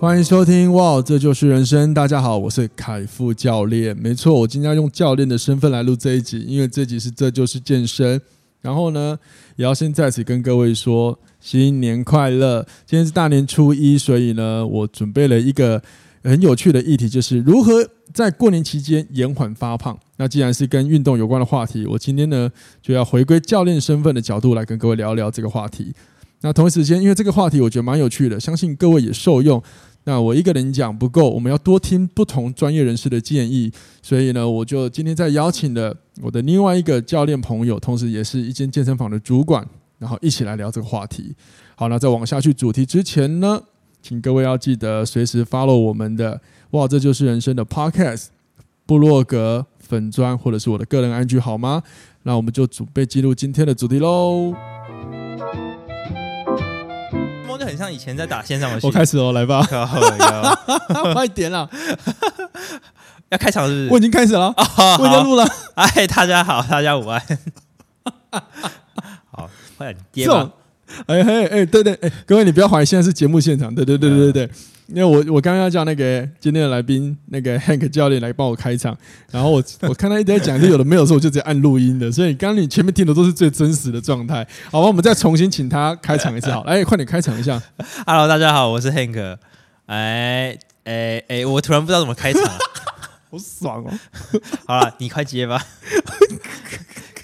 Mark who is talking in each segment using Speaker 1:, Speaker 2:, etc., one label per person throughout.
Speaker 1: 欢迎收听，哇，这就是人生。大家好，我是凯富教练。没错，我今天要用教练的身份来录这一集，因为这集是这就是健身。然后呢，也要先在此跟各位说新年快乐。今天是大年初一，所以呢，我准备了一个很有趣的议题，就是如何在过年期间延缓发胖。那既然是跟运动有关的话题，我今天呢就要回归教练身份的角度来跟各位聊一聊这个话题。那同一时间，因为这个话题我觉得蛮有趣的，相信各位也受用。那我一个人讲不够，我们要多听不同专业人士的建议。所以呢，我就今天在邀请了我的另外一个教练朋友，同时也是一间健身房的主管，然后一起来聊这个话题。好，那在往下去主题之前呢，请各位要记得随时 follow 我们的“哇，这就是人生”的 podcast、部落格、粉砖或者是我的个人 IG 好吗？那我们就准备进入今天的主题喽。
Speaker 2: 摸就很像以前在打线上游戏。，
Speaker 1: 我开始哦，来吧
Speaker 2: 靠腰
Speaker 1: 啊快点啦！
Speaker 2: 要开场 是不
Speaker 1: 我已
Speaker 2: 是？
Speaker 1: 经开始了，
Speaker 2: 好
Speaker 1: 我已经
Speaker 2: 好，
Speaker 1: 录了。
Speaker 2: 哎，大家好，大家午安。 好，快点
Speaker 1: 这
Speaker 2: 接吧
Speaker 1: 种。，哎嘿哎，对对哎，各位你不要怀疑，现在是节目现场，对对对对对对，因为我我刚刚要叫那个今天的来宾那个 Hank 教练来帮我开场，然后我 我看他一直在讲就有的没有的时候，我就直接按录音的，所以刚刚你前面听的都是最真实的状态，好吧，我们再重新请他开场一次好了，哎，快点开场一下，
Speaker 2: Hello，大家好，我是 Hank。哎哎哎，我突然不知道怎么开场。 啊
Speaker 1: 好爽哦，
Speaker 2: 好了，你快接吧。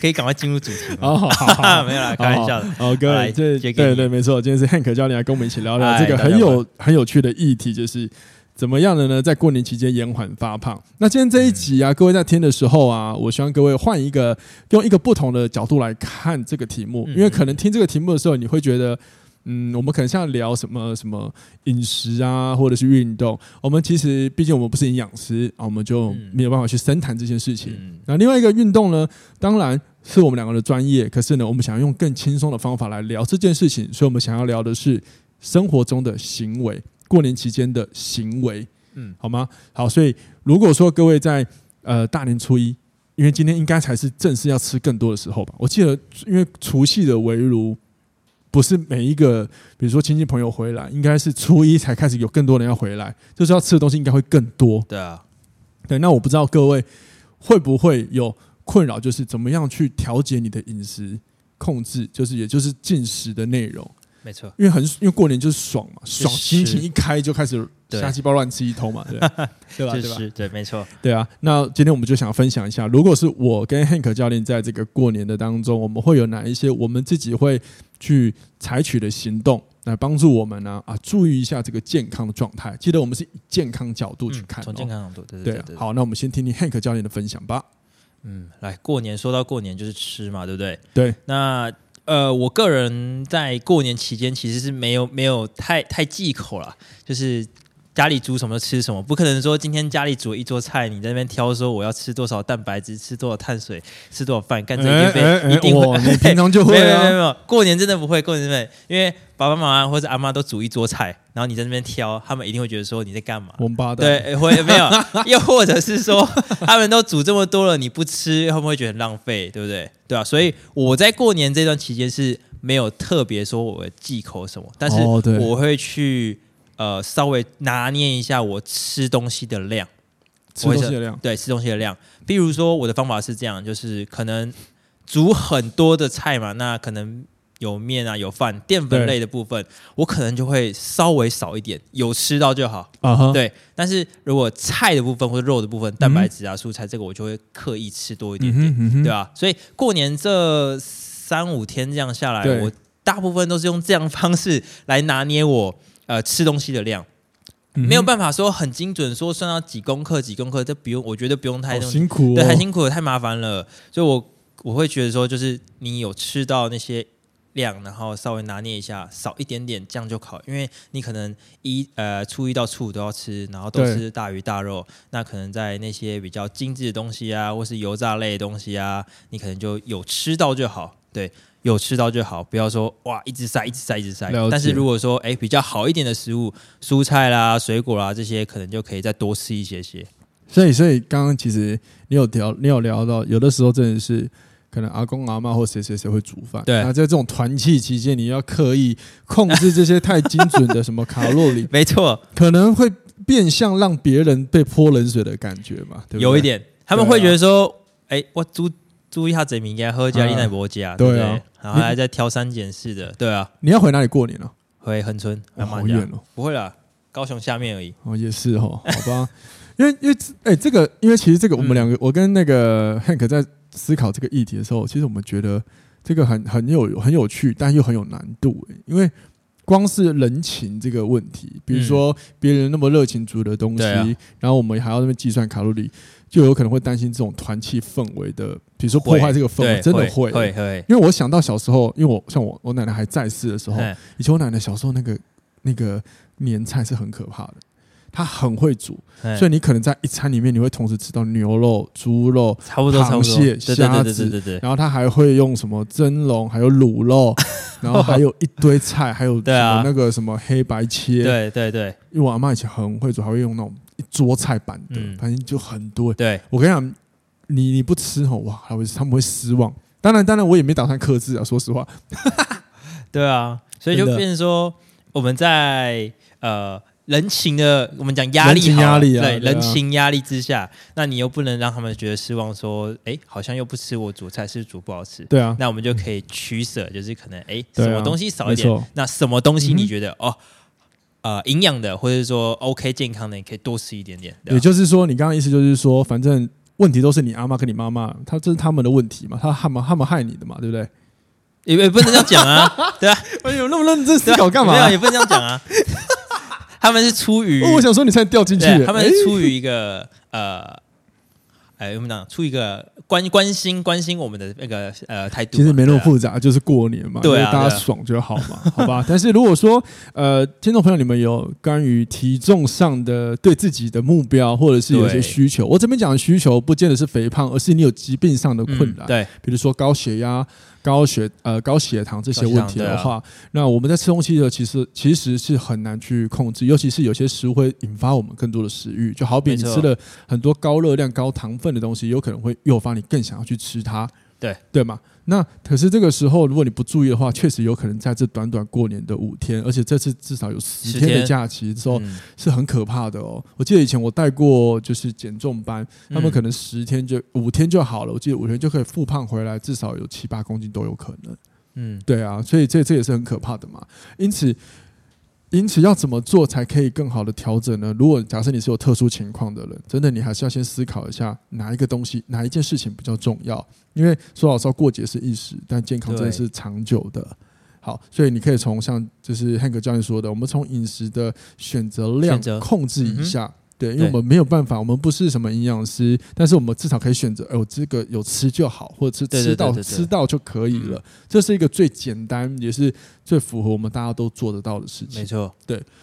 Speaker 2: 可以赶快进入主题
Speaker 1: 好
Speaker 2: 吗？
Speaker 1: 好好 好
Speaker 2: 啊，
Speaker 1: 好。
Speaker 2: 没有啦，开玩笑的。
Speaker 1: 好，哦各
Speaker 2: 来
Speaker 1: 位，这
Speaker 2: 接给
Speaker 1: 对
Speaker 2: 你哎
Speaker 1: 对没错，今天是 Hank 教练来跟我们一起聊聊
Speaker 2: 嗨
Speaker 1: 这个
Speaker 2: 大
Speaker 1: 很
Speaker 2: 家
Speaker 1: 有很有趣的议题，就是怎么样的呢，在过年期间延缓发胖。那今天这一集啊，各位在听的时候啊，我希望各位换一个用一个不同的角度来看这个题目，
Speaker 2: 嗯
Speaker 1: 因为可能听这个题目的时候，你会觉得。嗯，我们可能像聊什么什么饮食啊，或者是运动。我们其实毕竟我们不是营养师啊，我们就
Speaker 2: 嗯
Speaker 1: 没有办法去深谈这件事情。
Speaker 2: 嗯
Speaker 1: 那另外一个运动呢，当然是我们两个的专业，可是呢，我们想用更轻松的方法来聊这件事情，所以我们想要聊的是生活中的行为，过年期间的行为，
Speaker 2: 嗯，
Speaker 1: 好吗？好，所以如果说各位在呃大年初一，因为今天应该才是正式要吃更多的时候吧，我记得因为除夕的围炉。不是每一个，比如说亲戚朋友回来，应该是初一才开始有更多人要回来，就是要吃的东西应该会更多。
Speaker 2: 对啊，
Speaker 1: 对，那我不知道各位会不会有困扰，就是怎么样去调节你的饮食控制，就是也就是进食的内容，
Speaker 2: 没错。
Speaker 1: 因为很因为过年就是爽嘛，爽
Speaker 2: 吃
Speaker 1: 心情一开就开始
Speaker 2: 对
Speaker 1: 瞎鸡巴乱吃一通嘛，对 对吧？啊
Speaker 2: 就
Speaker 1: 对吧？
Speaker 2: 是对，没错。
Speaker 1: 对啊，那今天我们就想分享一下，如果是我跟 Hank 教练在这个过年的当中，我们会有哪一些我们自己会去采取的行动来帮助我们呢、啊？注意一下这个健康的状态，记得我们是以健康角度去
Speaker 2: 嗯
Speaker 1: 看、哦
Speaker 2: 从健康角度，对对
Speaker 1: 对
Speaker 2: 对，对。
Speaker 1: 好，那我们先听听 Hank 教练的分享吧。
Speaker 2: 嗯，来过年说到过年就是吃嘛，对不对？
Speaker 1: 对，
Speaker 2: 那呃，我个人在过年期间其实是没有没有太太忌口啦，就是家里煮什么吃什么，不可能说今天家里煮一桌菜，你在那边挑说我要吃多少蛋白质，吃多少碳水，吃多少饭，干这一定被、
Speaker 1: 哎哎哎
Speaker 2: 一定会
Speaker 1: 哇，你平常就会
Speaker 2: 没有没有没有
Speaker 1: 啊
Speaker 2: 没有，过年真的不会，过年真的不会因为爸爸妈妈或者阿妈都煮一桌菜，然后你在那边挑，他们一定会觉得说你在干嘛？
Speaker 1: 王八蛋。
Speaker 2: 对，会没有，又或者是说， 他们都煮这么多了，你不吃，会不会觉得很浪费，对不对？对啊，所以我在过年这段期间是没有特别说我忌口什么，但是
Speaker 1: 哦对
Speaker 2: 我会去呃稍微拿捏一下我吃东西的量，
Speaker 1: 吃东西的量。
Speaker 2: 对，吃东西的量。比如说我的方法是这样，就是可能煮很多的菜嘛，那可能。有面啊，有饭，淀粉
Speaker 1: 对
Speaker 2: 类的部分，我可能就会稍微少一点，有吃到就好。
Speaker 1: 啊哈，
Speaker 2: 对，但是如果菜的部分或者肉的部分，蛋白质啊、蔬菜这个，我就会刻意吃多一点
Speaker 1: 嗯
Speaker 2: 点，
Speaker 1: 哼嗯哼，
Speaker 2: 对吧、啊所以过年这三五天这样下来，
Speaker 1: 对
Speaker 2: 我大部分都是用这样方式来拿捏我呃吃东西的量，
Speaker 1: 嗯哼
Speaker 2: 没有办法说很精准说算到几公克几公克，这不用，我觉得不用太
Speaker 1: 好
Speaker 2: 用
Speaker 1: 辛苦哦，
Speaker 2: 对，太辛苦了，太麻烦了，所以我我会觉得说，就是你有吃到那些量，然后稍微拿捏一下，少一点点酱就好，因为你可能一呃初一到初五都要吃，然后都
Speaker 1: 对
Speaker 2: 吃大鱼大肉，那可能在那些比较精致的东西啊，或是油炸类的东西啊，你可能就有吃到就好，对。有吃到就好，不要说哇一直塞一直塞一直塞
Speaker 1: 了。解
Speaker 2: 但是如果说哎、比较好一点的食物，蔬菜啦、水果啦这些，可能就可以再多吃一些些。
Speaker 1: 所以，所以刚刚其实你有聊，你有聊到，有的时候真的是可能阿公阿妈或谁谁谁会煮饭，
Speaker 2: 对
Speaker 1: 那在这种团契期间，你要刻意控制这些太精准的什么卡路 里，
Speaker 2: 没错，
Speaker 1: 可能会变相让别人被泼冷水的感觉嘛，对不对？啊
Speaker 2: 有一，点，他们会觉得说，哎、我租租一下这名家喝加利奈伯家，对不
Speaker 1: 嗯对
Speaker 2: 对？
Speaker 1: 啊
Speaker 2: 然后还在挑三拣四的，对啊，
Speaker 1: 你要回哪里过年啊？
Speaker 2: 回恒春，
Speaker 1: 哇
Speaker 2: 慢慢
Speaker 1: 好
Speaker 2: 讲
Speaker 1: 远哦，
Speaker 2: 不会啦，高雄下面而已。
Speaker 1: 哦，也是哦，好吧，因为因为哎、这个，因为其实这
Speaker 2: 嗯
Speaker 1: 个我们两个，我跟那个 Hank 在思考这个议题的时候，其实我们觉得这个很很有很有趣，但又很有难度、哎因为光是人情这个问题，比如说别人那么热情煮的东西，
Speaker 2: 嗯对啊
Speaker 1: 然后我们还要那边计算卡路里，就有可能会担心这种团气氛围的，比如说破坏这个氛围，
Speaker 2: 对，
Speaker 1: 真的会。
Speaker 2: 会会会。
Speaker 1: 因为我想到小时候，因为我像我我奶奶还在世的时候，
Speaker 2: 嘿
Speaker 1: 以前我奶奶小时候那个那个年菜是很可怕的，她很会煮，
Speaker 2: 嘿
Speaker 1: 所以你可能在一餐里面你会同时吃到牛肉、猪肉，
Speaker 2: 差不多，差不多，
Speaker 1: 螃
Speaker 2: 对
Speaker 1: 蟹
Speaker 2: 对对
Speaker 1: 虾
Speaker 2: 对
Speaker 1: 子
Speaker 2: 对对对，
Speaker 1: 然后她还会用什么蒸笼，还有卤 肉，然后还有一堆菜，还有什
Speaker 2: 对啊
Speaker 1: 么那个什么黑白切，
Speaker 2: 对对对
Speaker 1: 因为我阿妈以前很会煮，还会用那种一桌菜板的，
Speaker 2: 嗯
Speaker 1: 反正就很多。
Speaker 2: 对，
Speaker 1: 我跟你讲，你你不吃哦，哇，他会他们会失望。当然，当然，我也没打算克制啊。说实话，
Speaker 2: 对啊，所以就
Speaker 1: 真的
Speaker 2: 变成说我们在呃人情的，我们讲压
Speaker 1: 人
Speaker 2: 力
Speaker 1: 情
Speaker 2: 好了
Speaker 1: 压力啊
Speaker 2: 对
Speaker 1: 对啊
Speaker 2: 人情压力之下，那你又不能让他们觉得失望，说哎、诶好像又不吃我煮菜，是不是煮不好吃。
Speaker 1: 对啊，
Speaker 2: 那我们就可以取舍，就是可能哎、诶
Speaker 1: 对啊
Speaker 2: 什么东西少一
Speaker 1: 没
Speaker 2: 点
Speaker 1: 错，
Speaker 2: 那什么东西
Speaker 1: 嗯
Speaker 2: 你
Speaker 1: 哼
Speaker 2: 觉得、哦，呃，营养的或者说 OK 健康的，你可以多吃一点点。对吧
Speaker 1: 也就是说，你刚刚意思就是说，反正问题都是你阿妈跟你妈妈，他这是他们的问题嘛，他他们他们害你的嘛，对不对？
Speaker 2: 也也不能这样 讲啊，对啊，
Speaker 1: 哎呦，那么认真
Speaker 2: 对
Speaker 1: 思
Speaker 2: 啊
Speaker 1: 考干嘛
Speaker 2: 没？有，也不能这样 讲啊。他们是出于
Speaker 1: 哦我想说，你差点掉进去
Speaker 2: 对，
Speaker 1: 了。
Speaker 2: 他们
Speaker 1: 哎
Speaker 2: 是出于一个呃，哎，我们讲出于一个关关心关心我们的那个呃态度嘛，
Speaker 1: 其实没那么
Speaker 2: 对啊
Speaker 1: 复杂，就是过年嘛，
Speaker 2: 对啊
Speaker 1: 因为大
Speaker 2: 对
Speaker 1: 家
Speaker 2: 啊
Speaker 1: 爽就好嘛， 好吧？但是如果说呃，听众朋友，你们有关于体重上的对自己的目标，或者是有一些
Speaker 2: 对
Speaker 1: 需求，我这边讲的需求，不见得是肥胖，而是你有疾病上的
Speaker 2: 嗯
Speaker 1: 困难，
Speaker 2: 对，
Speaker 1: 比如说高血压、高血呃高血糖这些问题的
Speaker 2: 高血糖啊
Speaker 1: 话，那我们在吃东西的其实其实是很难去控制，尤其是有些食物会引发我们更多的食欲，就好比你
Speaker 2: 没错
Speaker 1: 吃了很多高热量、高糖分的东西，有可能会诱发你更想要去吃它，
Speaker 2: 对
Speaker 1: 对嘛？那可是这个时候，如果你不注意的话，确实有可能在这短短过年的五天，而且这次至少有十
Speaker 2: 十
Speaker 1: 天的
Speaker 2: 天
Speaker 1: 假期之后，
Speaker 2: 嗯
Speaker 1: 是很可怕的哦。我记得以前我带过就是减重班，他们
Speaker 2: 嗯
Speaker 1: 可能十天就五天就好了，我记得五天就可以复胖回来，至少有七八公斤都有可能。
Speaker 2: 嗯
Speaker 1: 对啊，所以这这也是很可怕的嘛。因此，因此要怎么做才可以更好的调整呢？如果假设你是有特殊情况的人，真的你还是要先思考一下哪一个东西、哪一件事情比较重要。因为说老实话，过节是一时，但健康真的
Speaker 2: 对
Speaker 1: 是长久的。好，所以你可以从像就是 Hank 教练说的，我们从饮食的选择量
Speaker 2: 选择嗯
Speaker 1: 控制一下。对，因为
Speaker 2: 对
Speaker 1: 我们没有办法，我们不是什么营养师，但是我们至少可以选择，哎，我这个有吃就好，或者
Speaker 2: 对
Speaker 1: 吃
Speaker 2: 对
Speaker 1: 吃到
Speaker 2: 对对对
Speaker 1: 吃到就可以了。这是一个最简单，也是最符合我们大家都做得到的事
Speaker 2: 没
Speaker 1: 情。
Speaker 2: 错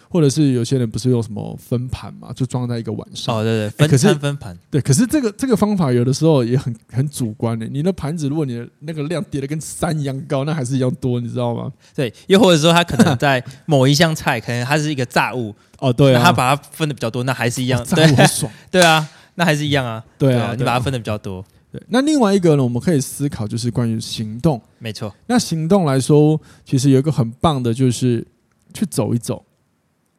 Speaker 1: 或者是有些人不是用什么分盘嘛，就装在一个晚上。
Speaker 2: 哦，对对，
Speaker 1: 可
Speaker 2: 分
Speaker 1: 是
Speaker 2: 餐分盘，
Speaker 1: 对，可是这个这个方法有的时候也很很主观欸的、你的盘子，如果你的那个量叠的跟山一样高，那还是一样多，你知道吗？
Speaker 2: 对，又或者说他可能在某一项菜，可能它是一个炸物，
Speaker 1: 哦，对
Speaker 2: 那
Speaker 1: 啊，
Speaker 2: 他把它分的比较多，那还是一
Speaker 1: 一
Speaker 2: 样，
Speaker 1: 炸物
Speaker 2: 对
Speaker 1: 好爽。
Speaker 2: 对啊，那还是一样啊，
Speaker 1: 对啊，
Speaker 2: 啊，你把它
Speaker 1: 啊
Speaker 2: 分的比较多，
Speaker 1: 对。 那另外一个呢，我们可以思考就是关于行动。
Speaker 2: 没错，
Speaker 1: 那行动来说，其实有一个很棒的就是去走一走。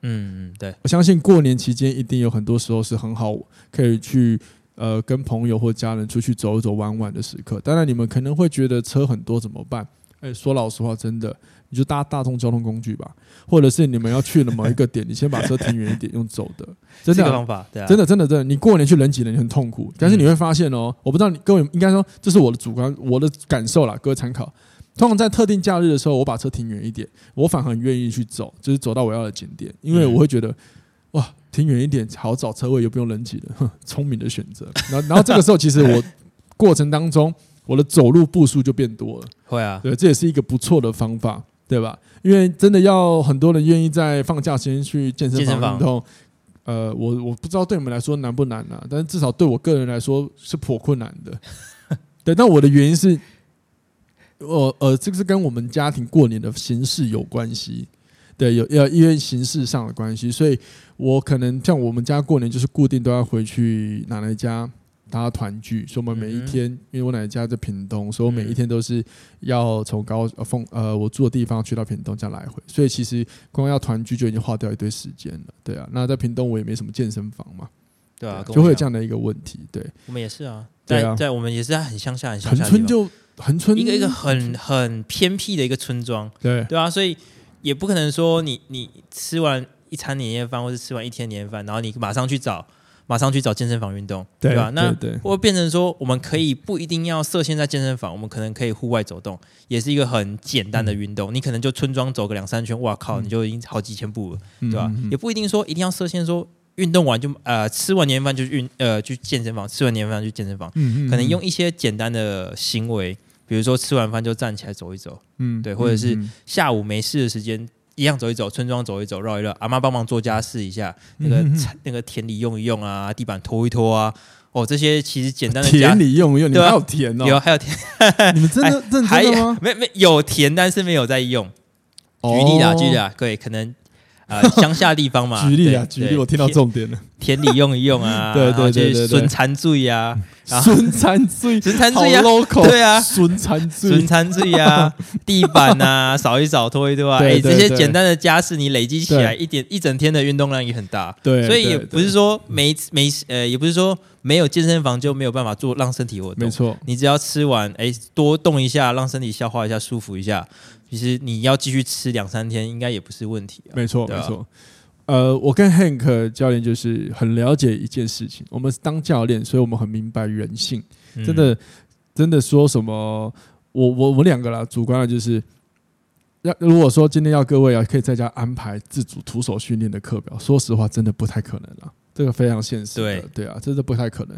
Speaker 2: 嗯嗯，对，
Speaker 1: 我相信过年期间一定有很多时候是很好可以去呃跟朋友或家人出去走一走、玩玩的时刻。当然，你们可能会觉得车很多怎么办？哎，说老实话，真的，你就搭大众交通工具吧，或者是你们要去了某一个点，你先把车停远一点，用走的，真
Speaker 2: 这
Speaker 1: 的
Speaker 2: 个
Speaker 1: 啊、
Speaker 2: 方法，对啊，嗯
Speaker 1: 真
Speaker 2: 的，
Speaker 1: 的，真的，真的，你过年去人挤人你很痛苦，但是你会发现哦，我不知道你各位应该说这是我的主观我的感受啦，各位参考。通常在特定假日的时候，我把车停远一点，我反而很愿意去走，就是走到我要的景点，因为
Speaker 2: 嗯
Speaker 1: 我会觉得哇，停远一点好找车位，又不用人挤人，哼 聪明的选择。然后，然后这个时候其实我过程当中，我的走路步数就变多了，
Speaker 2: 会啊，
Speaker 1: 对，这也是一个不错的方法，对吧？因为真的要很多人愿意在放假时间去健身
Speaker 2: 健身
Speaker 1: 房
Speaker 2: 房
Speaker 1: 运动，呃，我我不知道对你们来说难不难啊，但是至少对我个人来说是颇困难 的。对，但我的原因是，我呃，这个是跟我们家庭过年的形式有关系。对，有要因为形式上的关系，所以我可能像我们家过年就是固定都要回去奶奶家，大家团聚，所以我们每一
Speaker 2: 嗯哼
Speaker 1: 天，因为我奶奶家在屏东，所以我每一
Speaker 2: 嗯
Speaker 1: 天都是要从高呃凤呃我住的地方去到屏东这样来回，所以其实光要团聚就已经花掉一堆时间了，对啊。那在屏东我也没什么健身房嘛，
Speaker 2: 对啊，跟
Speaker 1: 就
Speaker 2: 我
Speaker 1: 会有
Speaker 2: 一
Speaker 1: 这样的一个问题，对，
Speaker 2: 我们也是啊，
Speaker 1: 对
Speaker 2: 在
Speaker 1: 啊
Speaker 2: 在我们也是在很乡下、很乡
Speaker 1: 横
Speaker 2: 下的地
Speaker 1: 村
Speaker 2: 方，
Speaker 1: 就横村
Speaker 2: 一个一个很很偏僻的一个村庄，
Speaker 1: 对
Speaker 2: 对啊，所以也不可能说你你吃完一餐年夜饭，或是吃完一天年夜饭，然后你马上去找马上去找健身房运动，对吧？那
Speaker 1: 对对
Speaker 2: 会变成说，我们可以不一定要设限在健身房，我们可能可以户外走动，也是一个很简单的
Speaker 1: 嗯
Speaker 2: 运动。你可能就村庄走个两三圈，哇靠，你就已经好几千步了，
Speaker 1: 对
Speaker 2: 对吧？
Speaker 1: 嗯嗯
Speaker 2: 也不一定说一定要设限说运动完就呃吃完年夜饭就运呃去健身房，吃完年夜饭去健身房，
Speaker 1: 嗯嗯
Speaker 2: 可能用一些简单的行为，比如说吃完饭就站起来走一走，
Speaker 1: 嗯
Speaker 2: 对或者是
Speaker 1: 嗯嗯
Speaker 2: 下午没事的时间一样走一走，村庄走一走，绕一绕，阿妈帮忙做家事一下，那个、
Speaker 1: 嗯嗯嗯
Speaker 2: 菜那个田里用一用啊，地板拖一拖啊，哦，这些其实简 单的家
Speaker 1: 田里用一用，你
Speaker 2: 对
Speaker 1: 们
Speaker 2: 啊
Speaker 1: 还有田哦，
Speaker 2: 有还有田，
Speaker 1: 你们真的认
Speaker 2: 还
Speaker 1: 真
Speaker 2: 有
Speaker 1: 的吗？
Speaker 2: 没没有田，但是没有在用。举例啦，
Speaker 1: 哦
Speaker 2: 举例啦，对，可能 呃乡下地方嘛，
Speaker 1: 举例
Speaker 2: 对
Speaker 1: 啊，举例，
Speaker 2: 对
Speaker 1: 我听到
Speaker 2: 田
Speaker 1: 重点了，
Speaker 2: 田里用一用 啊，
Speaker 1: 对对
Speaker 2: 然
Speaker 1: 对
Speaker 2: 后去
Speaker 1: 对对
Speaker 2: 损残 罪啊， 然后
Speaker 1: 孙餐醉，
Speaker 2: 损残
Speaker 1: 好
Speaker 2: 罪啊，
Speaker 1: local，
Speaker 2: 对啊
Speaker 1: 孙餐
Speaker 2: 损
Speaker 1: 醉，
Speaker 2: 残罪啊， 地板啊，扫一扫，拖一拖啊，
Speaker 1: 对
Speaker 2: 哎，
Speaker 1: 对
Speaker 2: 这些
Speaker 1: 对
Speaker 2: 简单的家事你累积起来，
Speaker 1: 对
Speaker 2: 一点一整天的运动量也很大，
Speaker 1: 对，
Speaker 2: 所以也
Speaker 1: 对
Speaker 2: 不是说没没呃，也不是说没有健身房就没有办法做让身体活
Speaker 1: 没
Speaker 2: 动，
Speaker 1: 错，
Speaker 2: 你只要吃完，哎，多动一下，让身体消化一下，舒服一下，其实你要继续吃两三天，应该也不是问题啊。
Speaker 1: 没错，
Speaker 2: 对
Speaker 1: 没
Speaker 2: 啊
Speaker 1: 错。呃，我跟 Hank 教练就是很了解一件事情，我们是当教练，所以我们很明白人性。
Speaker 2: 嗯
Speaker 1: 真的，真的说什么，我我我两个啦，主观的就是，要如果说今天要各位啊，可以在家安排自主徒手训练的课表，说实话，真的不太可能啦，这个非常现实的，
Speaker 2: 对
Speaker 1: 对啊，真的不太可能。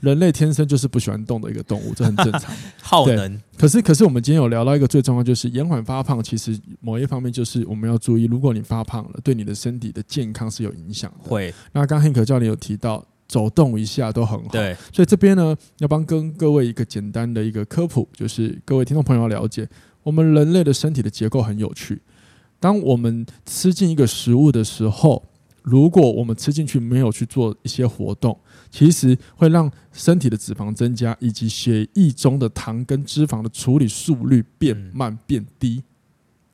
Speaker 1: 人类天生就是不喜欢动的一个动物，这很正常。
Speaker 2: 耗
Speaker 1: 对
Speaker 2: 能，
Speaker 1: 可是，可是我们今天有聊到一个最重要，就是延缓发胖。其实某一方面就是我们要注意，如果你发胖了，对你的身体的健康是有影响的。。
Speaker 2: 会
Speaker 1: 那刚 Hank 教练有提到，走动一下都很好。。
Speaker 2: 对
Speaker 1: 所以这边呢，要帮跟各位一个简单的一个科普，就是各位听众朋友要了解，我们人类的身体的结构很有趣。当我们吃进一个食物的时候，如果我们吃进去没有去做一些活动，其实会让身体的脂肪增加，以及血液中的糖跟脂肪的处理速率变慢变低。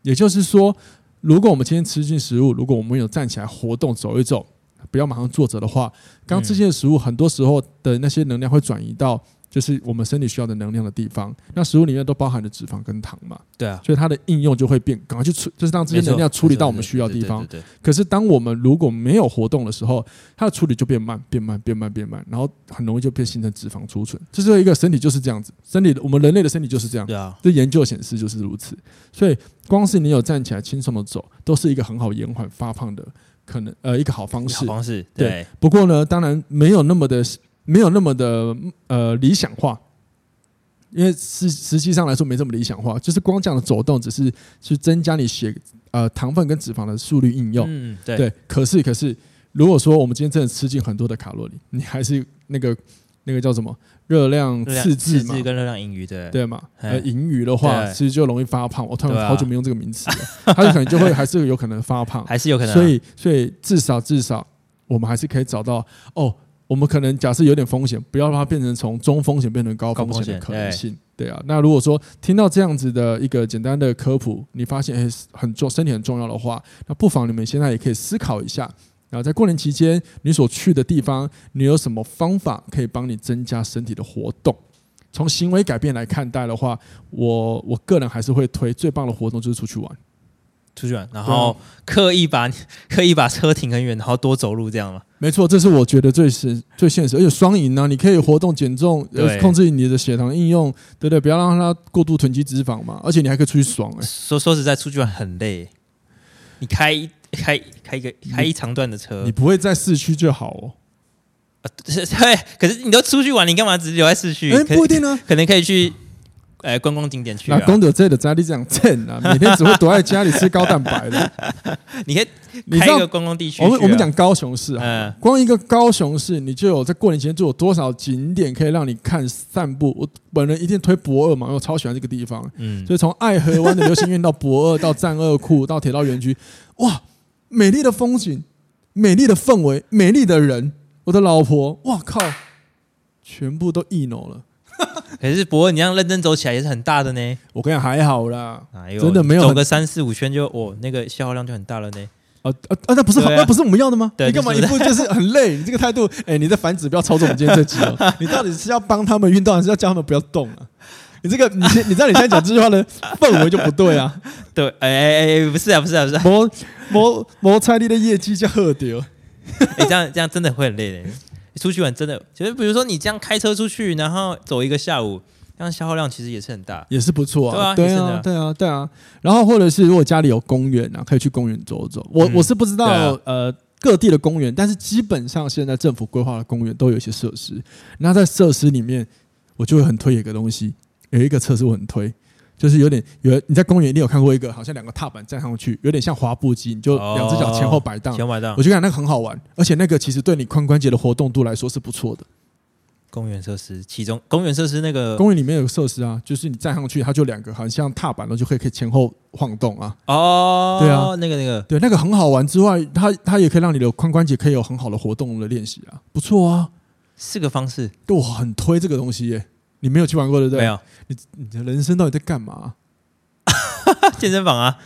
Speaker 1: 也就是说，如果我们今天吃进食物，如果我们有站起来活动走一走，不要马上坐着的话，刚吃进的食物很多时候的那些能量会转移到就是我们身体需要的能量的地方。那食物里面都包含着脂肪跟糖嘛，
Speaker 2: 对啊，
Speaker 1: 所以它的应用就会变，赶快去处，就是让这
Speaker 2: 没
Speaker 1: 些
Speaker 2: 错
Speaker 1: 能量处理到我们
Speaker 2: 没错
Speaker 1: 需要的
Speaker 2: 对
Speaker 1: 地
Speaker 2: 对
Speaker 1: 方。
Speaker 2: 对对对
Speaker 1: 可是当我们如果没有活动的时候，它的处理就变慢、变慢、变慢、变慢，然后很容易就变形成脂肪储存。这是一个身体就是这样子，身体我们人类的身体就是这样。
Speaker 2: 对啊，
Speaker 1: 这研究显示就是如此，所以光是你有站起来轻松的走，都是一个很好延缓发胖的可能，呃，一个好方式
Speaker 2: 好。方式
Speaker 1: 对
Speaker 2: 对
Speaker 1: 不过呢，当然没有那么的没有那么的呃理想化，因为实实际上来说没这么理想化，就是光这样的走动只是去增加你血呃糖分跟脂肪的速率应用。
Speaker 2: 嗯对
Speaker 1: 对，可是可是，如果说我们今天真的吃进很多的卡路里，你还是那个那个叫什么热量
Speaker 2: 热量
Speaker 1: 赤字嘛
Speaker 2: 赤，跟热量盈余对
Speaker 1: 对嘛？
Speaker 2: 嘿
Speaker 1: 呃，盈余的话，
Speaker 2: 对
Speaker 1: 其实就容易发胖。我突
Speaker 2: 对
Speaker 1: 然
Speaker 2: 啊
Speaker 1: 好久没用这个名词了，它就可能就会还是有可能发胖。
Speaker 2: 还是有可能啊，
Speaker 1: 所以，所以至少至少，我们还是可以找到哦。我们可能假设有点风险，不要让它变成从中风险变成高风险的可能性。对啊，那如果说听到这样子的一个简单的科普，你发现诶哎很重身体很重要的话，那不妨你们现在也可以思考一下。然后在过年期间，你所去的地方，你有什么方法可以帮你增加身体的活动？从行为改变来看待的话，我我个人还是会推最棒的活动就是出去玩。
Speaker 2: 出去玩，然后
Speaker 1: 啊
Speaker 2: 刻意把 刻意把车停很远，然后多走路这样嘛。
Speaker 1: 没错，这是我觉得最实最现实，而且双赢啊呢，你可以活动减重，呃，
Speaker 2: 对
Speaker 1: 控制你的血糖应用，对不对？不要让它过度囤积脂肪嘛，而且你还可以出去爽哎、
Speaker 2: 说说实在，出去玩很累，你开一开开一个开一长段的车
Speaker 1: 你，不会在市区就好哦，
Speaker 2: 对，可是你都出去玩，你干嘛只留在市区？
Speaker 1: 哎、
Speaker 2: 可
Speaker 1: 不一定呢、
Speaker 2: 可能可以去呃观光景点去
Speaker 1: 那
Speaker 2: 啊。
Speaker 1: 公德这的在你讲正啊，每天只会躲在家里吃高蛋白的。
Speaker 2: 你可以
Speaker 1: 你知
Speaker 2: 开一
Speaker 1: 道
Speaker 2: 个，观光地区去啊、
Speaker 1: 我们我们讲高雄市啊，
Speaker 2: 嗯，
Speaker 1: 光一个高雄市，你就有在过年前就有多少景点可以让你看散步。我本人一定推博二嘛，因为我超喜欢这个地方。
Speaker 2: 嗯
Speaker 1: 所
Speaker 2: 嗯，
Speaker 1: 以从爱河湾的流行院到博二，到战二库，到铁道园区，哇，美丽的风景，美丽的氛围，美丽的人，我的老婆，哇靠，全部都一脑了。
Speaker 2: 可是博恩，你这样认真走起来也是很大的呢。
Speaker 1: 我跟你讲还好啦，
Speaker 2: 哎呦，
Speaker 1: 真的没有很
Speaker 2: 走个三四五圈就哦，那个消耗量就很大了呢。
Speaker 1: 啊啊啊，那不是好，
Speaker 2: 对啊
Speaker 1: 那不是我们要的吗？
Speaker 2: 对
Speaker 1: 你干嘛一
Speaker 2: 就是
Speaker 1: 副就是很累？你这个态度，哎，你在反指标操纵我们今天这集 哦。你到底是要帮他们运动，还是要叫他们不要动啊？你这个，你现你知道你现在讲这句话的氛围就不对啊，
Speaker 2: 对，哎哎哎，不是啊，不是啊，不是 啊，
Speaker 1: 摩摩摩擦力的业绩叫喝掉。
Speaker 2: 哎，这样这样真的会很累的。出去玩真的，就是比如说你这样开车出去，然后走一个下午，这样消耗量其实也是很大。
Speaker 1: 也是不错啊，对
Speaker 2: 对啊也是
Speaker 1: 啊
Speaker 2: 的，
Speaker 1: 对啊，对啊。然后或者是如果家里有公园啊，可以去公园走走。我、
Speaker 2: 嗯
Speaker 1: 我是不知道、
Speaker 2: 对啊
Speaker 1: 呃各地的公园，但是基本上现在政府规划的公园都有一些设施。那在设施里面，我就会很推一个东西，有一个设施我很推。就是有点有你在公园一定有看过一个，好像两个踏板站上去，有点像滑步机，你就
Speaker 2: 哦
Speaker 1: 两只脚前后摆荡。
Speaker 2: 前晚上
Speaker 1: 我就感觉那个很好玩，而且那个其实对你髋关节的活动度来说是不错的。
Speaker 2: 公园设施，其中公园设施那个
Speaker 1: 公园里面有设施啊，就是你站上去，它就两个好像踏板，然后就可以可以前后晃动啊。
Speaker 2: 哦，
Speaker 1: 对啊，
Speaker 2: 那个那个，
Speaker 1: 对，那个很好玩之外，它它也可以让你的髋关节可以有很好的活动的练习啊，不错啊，
Speaker 2: 四个方式
Speaker 1: 对我很推这个东西耶。你没有去玩过对不对？
Speaker 2: 没有
Speaker 1: 你你的人生到底在干嘛？
Speaker 2: 健身房啊，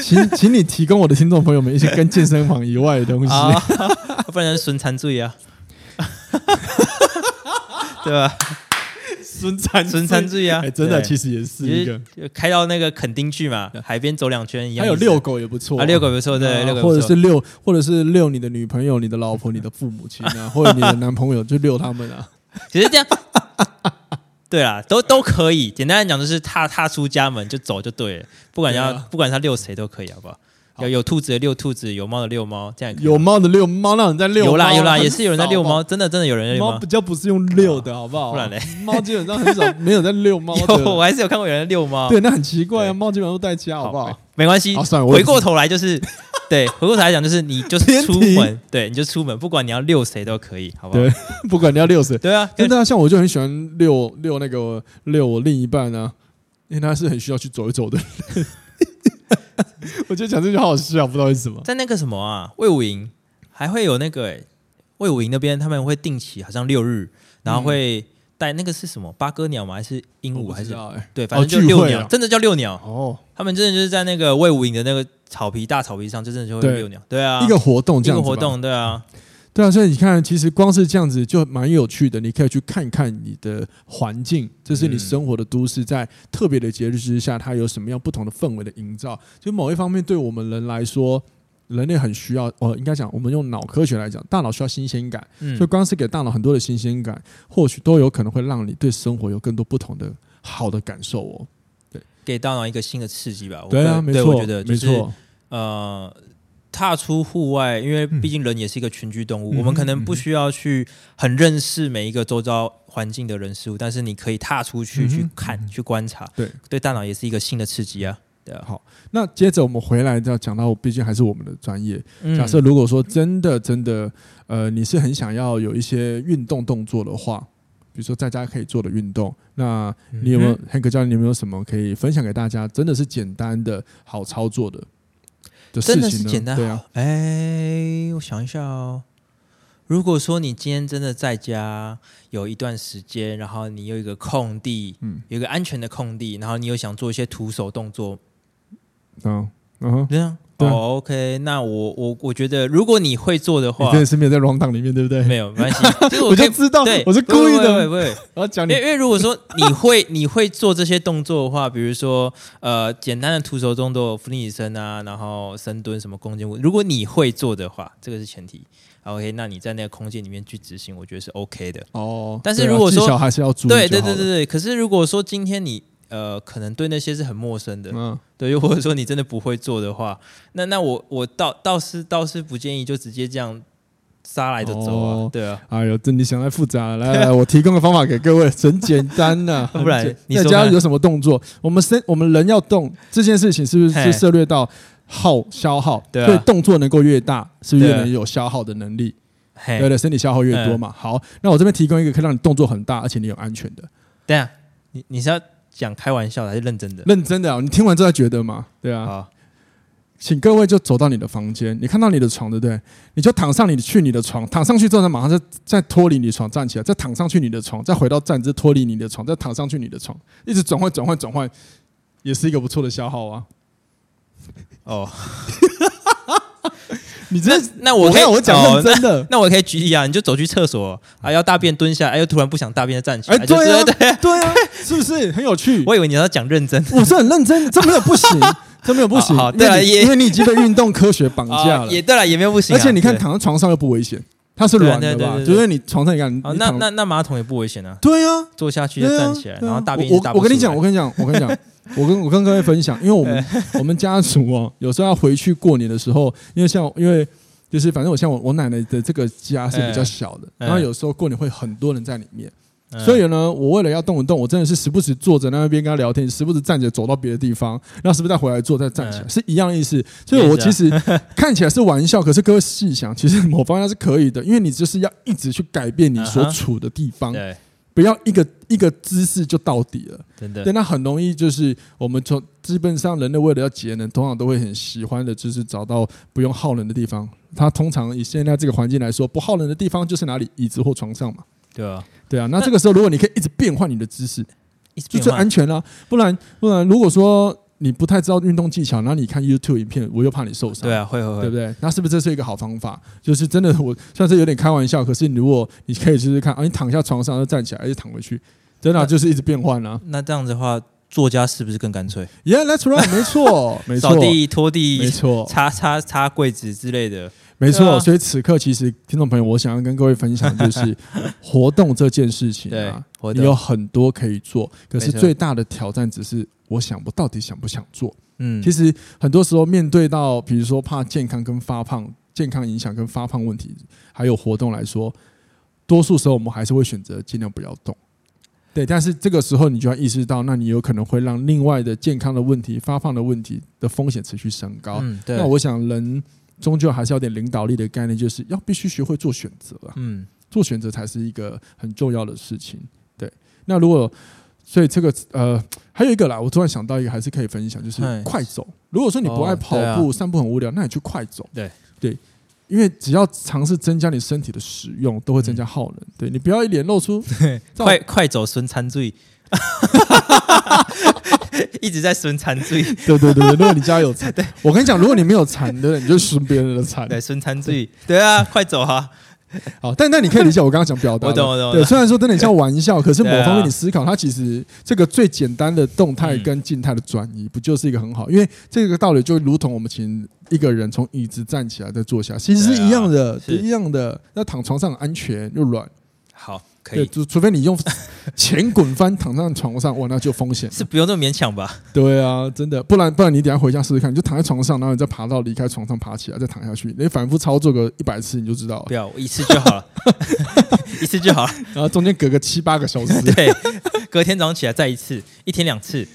Speaker 1: 请请你提供我的听众朋友们一些跟健身房以外的东西。
Speaker 2: 啊， 不然损残罪啊， 对吧？
Speaker 1: 孙餐
Speaker 2: 损残罪啊，
Speaker 1: 哎，真的
Speaker 2: 对
Speaker 1: 其实也是一个，
Speaker 2: 就开到那个垦丁去嘛
Speaker 1: 对，
Speaker 2: 海边走两圈一样
Speaker 1: 还
Speaker 2: 意思。
Speaker 1: 有遛狗也不错
Speaker 2: 啊，遛狗不错，对，
Speaker 1: 啊
Speaker 2: 遛狗
Speaker 1: 或
Speaker 2: 不
Speaker 1: 者
Speaker 2: 错
Speaker 1: 是。遛，或者是遛你的女朋友、你的老婆、你的父母亲啊，或者你的男朋友，就遛他们啊。
Speaker 2: 其实这样， 对啦，都都可以。简单来讲，就是踏踏出家门就走就对了，不管要
Speaker 1: 对啊
Speaker 2: 不管他遛谁都可以，好不好？
Speaker 1: 好
Speaker 2: 有有兔子的遛兔子，有猫的遛猫，这样也可以
Speaker 1: 有猫的遛猫，那人在遛
Speaker 2: 有啦
Speaker 1: 猫啊
Speaker 2: 有啦，
Speaker 1: 很
Speaker 2: 也是有人在
Speaker 1: 少
Speaker 2: 遛
Speaker 1: 吧
Speaker 2: 猫，真的真的有人在遛
Speaker 1: 猫
Speaker 2: 猫
Speaker 1: 比。较不是用遛的，好不好？
Speaker 2: 不然嘞，
Speaker 1: 猫基本上很少没有在遛猫
Speaker 2: 有，我
Speaker 1: 的。
Speaker 2: 还是有看过有人在遛猫。
Speaker 1: 对，那很奇怪啊，
Speaker 2: 对
Speaker 1: 猫基本上都在家，好不 好？
Speaker 2: 没关系
Speaker 1: 好，，算了，我
Speaker 2: 回过头来 就是，对，回过头来讲就是，你就是
Speaker 1: 偏题
Speaker 2: 出门，对，你就出门，不管你要遛谁都可以，好不好
Speaker 1: 对？不管你要遛谁，
Speaker 2: 对啊，
Speaker 1: 真的啊，像我就很喜欢遛遛那个遛我另一半啊，因为他是很需要去走一 走的人。我觉得讲这句好好笑，不知道为什么。
Speaker 2: 在那个什么啊，魏武营还会有那个、欸、魏武营那边他们会定期，好像六日，然后会带那个是什么八哥鸟吗？还是鹦鹉？
Speaker 1: 我不
Speaker 2: 还
Speaker 1: 知
Speaker 2: 是
Speaker 1: 道哎，
Speaker 2: 对，反正就
Speaker 1: 聚
Speaker 2: 遛
Speaker 1: 会
Speaker 2: 鸟，
Speaker 1: 啊
Speaker 2: 真的叫遛鸟。
Speaker 1: 哦，
Speaker 2: 他们真的就是在那个魏武营的那个草皮大草皮上，就真的就会
Speaker 1: 对
Speaker 2: 遛鸟。对啊，
Speaker 1: 一个活动
Speaker 2: 一
Speaker 1: 这样
Speaker 2: 个
Speaker 1: 子吧
Speaker 2: 活，动，对啊，
Speaker 1: 对啊，所以你看，其实光是这样子就蛮有趣的。你可以去看看你的环境，这是你
Speaker 2: 嗯
Speaker 1: 生活的都市，在特别的节日之下，它有什么样不同的氛围的营造。就某一方面，对我们人来说，人类很需要，哦，应该讲，我们用脑科学来讲，大脑需要新鲜感。
Speaker 2: 嗯
Speaker 1: 所以，光是给大脑很多的新鲜感，或许都有可能会让你对生活有更多不同的好的感受哦。
Speaker 2: 给大脑一个新的刺激吧。我
Speaker 1: 对啊，
Speaker 2: 个
Speaker 1: 没
Speaker 2: 我
Speaker 1: 错
Speaker 2: 觉得，就
Speaker 1: 没
Speaker 2: 是
Speaker 1: 错，
Speaker 2: 呃，踏出户外，因为毕竟人也是一个群居动物，
Speaker 1: 嗯
Speaker 2: 我们可能不需要去很认识每一个周遭环境的人事物，但是你可以踏出去
Speaker 1: 嗯哼
Speaker 2: 去看、去观察，
Speaker 1: 对。
Speaker 2: 对大脑也是一个新的刺激啊。对啊，
Speaker 1: 那接着我们回来要讲到，毕竟还是我们的专业，
Speaker 2: 嗯
Speaker 1: 假设如果说真的真的，呃，你是很想要有一些运动动作的话，比如说在家可以做的运动，那你有没有
Speaker 2: 嗯哼
Speaker 1: Hank 教练，你有没有什么可以分享给大家？真的是简单的好操作的的事
Speaker 2: 真
Speaker 1: 情呢？
Speaker 2: 的是简单
Speaker 1: 对啊，
Speaker 2: 哎、我想一下哦。如果说你今天真的在家有一段时间，然后你有一个空地，
Speaker 1: 嗯
Speaker 2: 有一个安全的空地，然后你又想做一些徒手动作，
Speaker 1: 嗯嗯哼，
Speaker 2: 这样。
Speaker 1: 对啊
Speaker 2: 哦、OK，那我我我觉得，如果你会做的
Speaker 1: 你
Speaker 2: 话
Speaker 1: 真，的是没有在 round down 里面，对不对？
Speaker 2: 没有没关系，就是
Speaker 1: 我
Speaker 2: 可
Speaker 1: 就
Speaker 2: 以
Speaker 1: 知道
Speaker 2: 对，，
Speaker 1: 我是故意的。
Speaker 2: 不会不会，
Speaker 1: 我要讲
Speaker 2: 因
Speaker 1: 你
Speaker 2: 为因为如果说你会 你会做这些动作的话，比如说呃简单的徒手动作，俯卧撑啊，然后深蹲什么弓箭步，如果你会做的话，这个是前提。OK，那你在那个空间里面去执行，我觉得是 OK 的。
Speaker 1: 哦，
Speaker 2: 但是
Speaker 1: 对啊
Speaker 2: 如果说
Speaker 1: 技巧还是要注意，
Speaker 2: 对对对对，对，可是如果说今天你呃可能对那些是很陌生的，
Speaker 1: 嗯，
Speaker 2: 对，又或者说你真的不会做的话，那那我我倒倒是倒是不建议就直接这样杀来着走啊，
Speaker 1: 哦
Speaker 2: 对啊，
Speaker 1: 哎呦，这你想太复杂了。来来来， 我提供的方法给各位，很简单呐、
Speaker 2: 不然
Speaker 1: 很简
Speaker 2: 你说
Speaker 1: 在
Speaker 2: 看
Speaker 1: 家有什么动作？我们身我们人要动这件事情，是不是
Speaker 2: 嘿
Speaker 1: 是涉略到耗消耗？
Speaker 2: 对啊
Speaker 1: 所以动作能够越大，是不是越
Speaker 2: 对
Speaker 1: 能有消耗的能力？
Speaker 2: 嘿
Speaker 1: 对，对，身体消耗越多嘛。
Speaker 2: 嗯
Speaker 1: 好，那我这边提供一个可以让你动作很大，而且你有安全的。
Speaker 2: 等一下你你是要讲开玩笑的还是认真的？
Speaker 1: 认真的啊，你听完之后觉得嘛？对啊，
Speaker 2: 好，
Speaker 1: 请各位就走到你的房间，你看到你的床，对不对？你就躺上你去你的床，躺上去之后呢，马上再再脱离你的床站起来，再躺上去你的床，再回到站姿脱离你的床，再躺上去你的床，一直转换转换转换，也是一个不错的消耗啊。
Speaker 2: 哦，
Speaker 1: 你
Speaker 2: 那
Speaker 1: 这
Speaker 2: 那我可以
Speaker 1: 看我讲
Speaker 2: 哦
Speaker 1: 认真的，
Speaker 2: 那我可以举例啊，你就走去厕所啊，要大便蹲下，哎，又突然不想大便，站起
Speaker 1: 哎，
Speaker 2: 来，就
Speaker 1: 对啊
Speaker 2: 是对，，
Speaker 1: 对啊，是不是很有趣？
Speaker 2: 我以为你要讲认真，
Speaker 1: 我是很认真，这没有不 行，这没有不行
Speaker 2: 好好，
Speaker 1: 因为
Speaker 2: 对啊
Speaker 1: 你
Speaker 2: 也
Speaker 1: 因为你已经被运动科学绑架
Speaker 2: 啊
Speaker 1: 了，
Speaker 2: 也对了，也没有不行
Speaker 1: 而
Speaker 2: 啊，
Speaker 1: 且你看
Speaker 2: 对
Speaker 1: 躺在床上又不危险，它是软的
Speaker 2: 对啊
Speaker 1: 吧？
Speaker 2: 对对对
Speaker 1: 就是你床上你看，
Speaker 2: 啊，
Speaker 1: 你
Speaker 2: 那
Speaker 1: 躺
Speaker 2: 那那马桶也不危险啊，
Speaker 1: 对啊，
Speaker 2: 坐下去
Speaker 1: 对
Speaker 2: 就
Speaker 1: 啊，
Speaker 2: 站起来，
Speaker 1: 对啊
Speaker 2: 然后大便
Speaker 1: 我
Speaker 2: 也大
Speaker 1: 我
Speaker 2: 不
Speaker 1: 我跟你
Speaker 2: 出来
Speaker 1: 讲，我跟你讲，我跟你讲，我跟我跟各位分享，因为我们 我们家族哦，有时候要回去过年的时候，因为像因为就是反正我像我我奶奶的这个家是比较小的，
Speaker 2: 哎
Speaker 1: 然后有时候过年会很多人在里面，
Speaker 2: 嗯
Speaker 1: 所以呢，我为了要动一动，我真的是时不时坐着那边跟他聊天，时不时站起来走到别的地方，然后时不时再回来坐再站起来，
Speaker 2: 嗯啊
Speaker 1: 是一样的意思。所以我其实看起来是玩笑，可是各位细想，其实某方面是可以的，因为你就是要一直去改变你所
Speaker 2: 嗯哼
Speaker 1: 处的地方。
Speaker 2: 对，
Speaker 1: 不要一个一个姿势就到底了。
Speaker 2: 真的
Speaker 1: 对，那很容易就是我们从基本上人类为了要节能，通常都会很喜欢的就是找到不用耗能的地方。它通常以现在这个环境来说，不耗能的地方就是哪里，椅子或床上嘛。
Speaker 2: 对啊，
Speaker 1: 对啊，那这个时候如果你可以一直变换你的姿势，
Speaker 2: 一直
Speaker 1: 就
Speaker 2: 变
Speaker 1: 最
Speaker 2: 化
Speaker 1: 安全啦、不然不然，如果说你不太知道运动技巧，然后你看 YouTube 影片，我又怕你受伤。
Speaker 2: 对啊，会会
Speaker 1: 对
Speaker 2: 会
Speaker 1: 不，对？那是不是这是一个好方法？就是真的我，算是有点开玩笑，可是你如果你可以试试看啊，你躺下床上就站起来，又躺回去，真的啊、
Speaker 2: 那
Speaker 1: 就是一直变换啊。
Speaker 2: 那这样子的话，作家是不是更干脆？
Speaker 1: Yeah，that's right，没 错，没错
Speaker 2: 扫，地、拖
Speaker 1: 没
Speaker 2: 地、
Speaker 1: 错，
Speaker 2: 擦擦擦柜子之类的，
Speaker 1: 没
Speaker 2: 对
Speaker 1: 错。
Speaker 2: 啊
Speaker 1: 所以此刻，其实听众朋友，我想要跟各位分享的就是 活动这件事情
Speaker 2: 对
Speaker 1: 啊，，
Speaker 2: 活
Speaker 1: 你有
Speaker 2: 动，
Speaker 1: 很多可以做，可是
Speaker 2: 没错
Speaker 1: 最大的挑战只是我想我到底想不想做。
Speaker 2: 嗯，
Speaker 1: 其实很多时候面对到，比如说怕健康跟发胖、健康影响跟发胖问题，还有活动来说，多数时候我们还是会选择尽量不要动。对，但是这个时候你就要意识到，那你有可能会让另外的健康的问题、发胖的问题的风险持续升高。
Speaker 2: 嗯，对，
Speaker 1: 啊那我想人。终究还是要点领导力的概念，就是要必须学会做选择啊。
Speaker 2: 嗯，
Speaker 1: 做选择才是一个很重要的事情。对，那如果所以这个呃，还有一个啦，我突然想到一个，还是可以分享，就是
Speaker 2: 嗨
Speaker 1: 快走。如果说你不爱
Speaker 2: 哦
Speaker 1: 跑
Speaker 2: 对啊
Speaker 1: 步、散步很无聊，那你去快走。
Speaker 2: 对
Speaker 1: 对，因为只要尝试增加你身体的使用，都会增加耗能。对你不要一脸露出照
Speaker 2: 嗯快快走，孙餐醉， 一直在孙餐醉，
Speaker 1: 对对对对，如果你家有 蚕，我跟你讲，如果你没有蚕的，你就吃别人的蚕。
Speaker 2: 对，孙餐醉，对啊，快走啊，
Speaker 1: 好，哦但但你可以理解我刚刚想表达的，
Speaker 2: 我懂我懂我
Speaker 1: 对，
Speaker 2: 懂
Speaker 1: 虽然说真的很像玩 笑，可是某
Speaker 2: 对啊
Speaker 1: 方面你思考，它其实这个最简单的动态
Speaker 2: 嗯
Speaker 1: 跟静态的转移，不就是一个很好？因为这个道理就如同我们请一个人从椅子站起来再坐下，其实是一样的，
Speaker 2: 对啊是
Speaker 1: 一样的。那躺床上很安全又软，
Speaker 2: 好，可
Speaker 1: 对，
Speaker 2: 以，
Speaker 1: 就除非你 用前滚翻躺上床上，哇，那就风险。
Speaker 2: 是不用那么勉强吧？
Speaker 1: 对啊，真的，不然不然你等一下回家试试看，你就躺在床上，然后你再爬到离开床上爬起来，再躺下去，你反复操作个一百次你就知道了
Speaker 2: 不，要，我一次 就好了，一次就好了。
Speaker 1: 然后中间隔个七八个 小时。
Speaker 2: 对，隔天早上起来再一次，一天两次。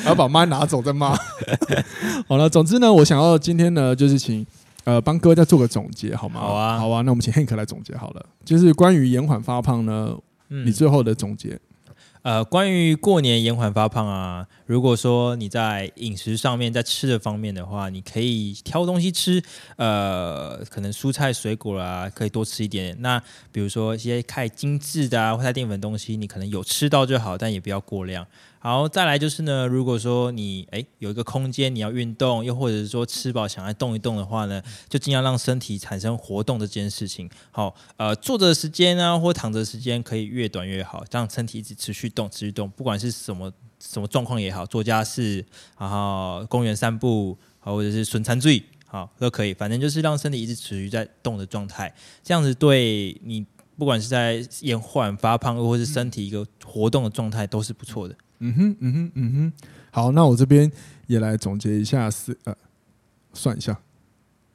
Speaker 1: 然后把麦拿走再骂。 好了，总之呢，我想要今天呢，就是请呃帮各位再做个总结，好吗？
Speaker 2: 好啊
Speaker 1: 好啊，那我们请 Hank 来总结好了。就是关于延缓发胖呢，
Speaker 2: 嗯
Speaker 1: 你最后的总结，
Speaker 2: 呃，关于过年延缓发胖啊，如果说你在饮食上面，在吃的方面的话，你可以挑东西吃，呃，可能蔬菜水果啦，可以多吃一点。那比如说一些太精致的啊，或太淀粉的东西，你可能有吃到就好，但也不要过量。然后再来就是呢，如果说你诶有一个空间你要运动，又或者是说吃饱想要动一动的话呢，就尽量让身体产生活动的这件事情。好，呃，坐着的时间啊，或躺着的时间可以越短越好，让身体一直持续动，持续动，不管是什么什么状况也好，做家事，然后公园散步，好，或者是损残醉，好啊都可以，反正就是让身体一直处于在动的状态，这样子对你。不管是在延缓发胖，或是身体一个活动的状态，都是不错的。
Speaker 1: 嗯哼，嗯哼，嗯哼。好，那我这边也来总结一下四呃，算一下，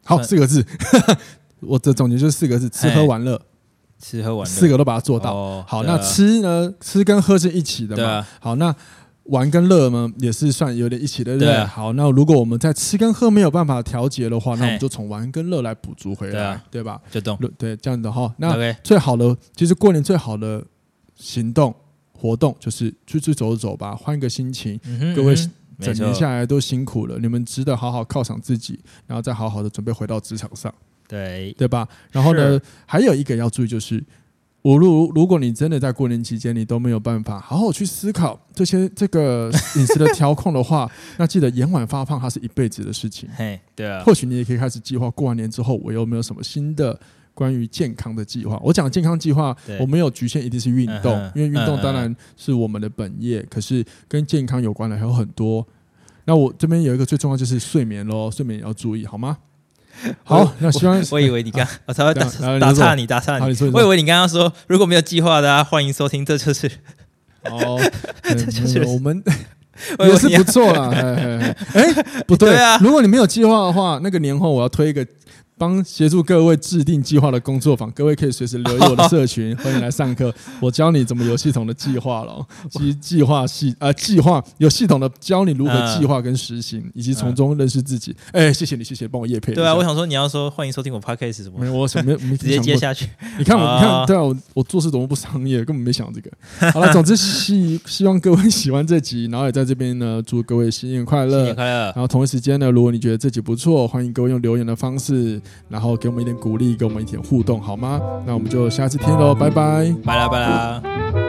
Speaker 1: 好，
Speaker 2: 算
Speaker 1: 四个字， 我的总结就是四个字：吃喝玩乐，
Speaker 2: 吃喝玩乐
Speaker 1: 四个都把它做到。
Speaker 2: 哦
Speaker 1: 好，
Speaker 2: 对啊
Speaker 1: 那吃呢？吃跟喝是一起的
Speaker 2: 对
Speaker 1: 嘛？
Speaker 2: 啊，
Speaker 1: 好，那玩跟乐呢，也是算有点一起的，对不
Speaker 2: 对
Speaker 1: 对？
Speaker 2: 啊
Speaker 1: 好，那如果我们在吃跟喝没有办法调节的话，那我们
Speaker 2: 嘿
Speaker 1: 就从玩跟乐来补足回
Speaker 2: 对
Speaker 1: 来
Speaker 2: 啊，
Speaker 1: 对吧？
Speaker 2: 就动。
Speaker 1: 对，这样的哈。那
Speaker 2: OK，
Speaker 1: 最好的，其实过年最好的行动活动就是出去走走吧，换个心情。
Speaker 2: 嗯哼
Speaker 1: 各位
Speaker 2: 嗯哼
Speaker 1: 整
Speaker 2: 没
Speaker 1: 年
Speaker 2: 错
Speaker 1: 下来都辛苦了，你们值得好好犒赏自己，然后再好好的准备回到职场上，
Speaker 2: 对
Speaker 1: 对吧？然后呢，还有一个要注意就是，我如如果你真的在过年期间你都没有办法好好去思考这些这 个饮食的调控的话， 那记得延缓发胖，它是一辈子的事情。
Speaker 2: 嘿对啊，
Speaker 1: 或许你也可以开始计划，过完年之后我有没有什么新的关于健康的计划？我讲健康计划
Speaker 2: 对，
Speaker 1: 我没有局限一定是运动，
Speaker 2: 嗯哼
Speaker 1: 因为运
Speaker 2: 嗯
Speaker 1: 动
Speaker 2: 哼
Speaker 1: 当然是我们的本业，可是跟健康有关的还有很多。那我这边有一个最重要就是睡眠喽，睡眠也要注意，好吗？好
Speaker 2: 我，
Speaker 1: 那希 望
Speaker 2: 我以为你 刚，我才会打
Speaker 1: 对啊然后
Speaker 2: 打
Speaker 1: 你说
Speaker 2: 岔你，打岔
Speaker 1: 好你
Speaker 2: 你
Speaker 1: 说你。说
Speaker 2: 我以为你刚刚说，如果没有计划的啊，欢迎收听，这就是
Speaker 1: 哦，
Speaker 2: 就
Speaker 1: 嗯
Speaker 2: 是
Speaker 1: 没有我们
Speaker 2: 我以为
Speaker 1: 也是
Speaker 2: 你要
Speaker 1: 不错啦。嘿嘿嘿 哎，不对
Speaker 2: 对啊
Speaker 1: 如果你没有计划的话，那个年后我要推一个。帮协助各位制定计划的工作坊，各位可以随时留意我的社群，欢迎来上课。我教你怎么有系统的计划 了，及计划系啊、计划有系统的教你如何计划跟实行，以及从中认识自己。哎、谢谢你，谢谢帮我叶配一下。
Speaker 2: 嗯对啊。我想说你要说欢迎收听我 podcast 什
Speaker 1: 没
Speaker 2: 么，
Speaker 1: 有，我想没有没
Speaker 2: 直接
Speaker 1: 想
Speaker 2: 接
Speaker 1: 过
Speaker 2: 下去。
Speaker 1: 你看我，你看，
Speaker 2: 啊
Speaker 1: 对啊，我我做事多么不商业，根本没想这 个。好了，总之希希望各位喜欢这集，然后也在这边呢，祝各位新年快
Speaker 2: 新
Speaker 1: 乐。
Speaker 2: 年快乐
Speaker 1: 然，后同一时间呢，如果你觉得这集不错，欢迎各位用留言的方式，然后给我们一点鼓励，给我们一点互动，好吗？那我们就下次听喽，拜拜。
Speaker 2: 拜啦拜啦。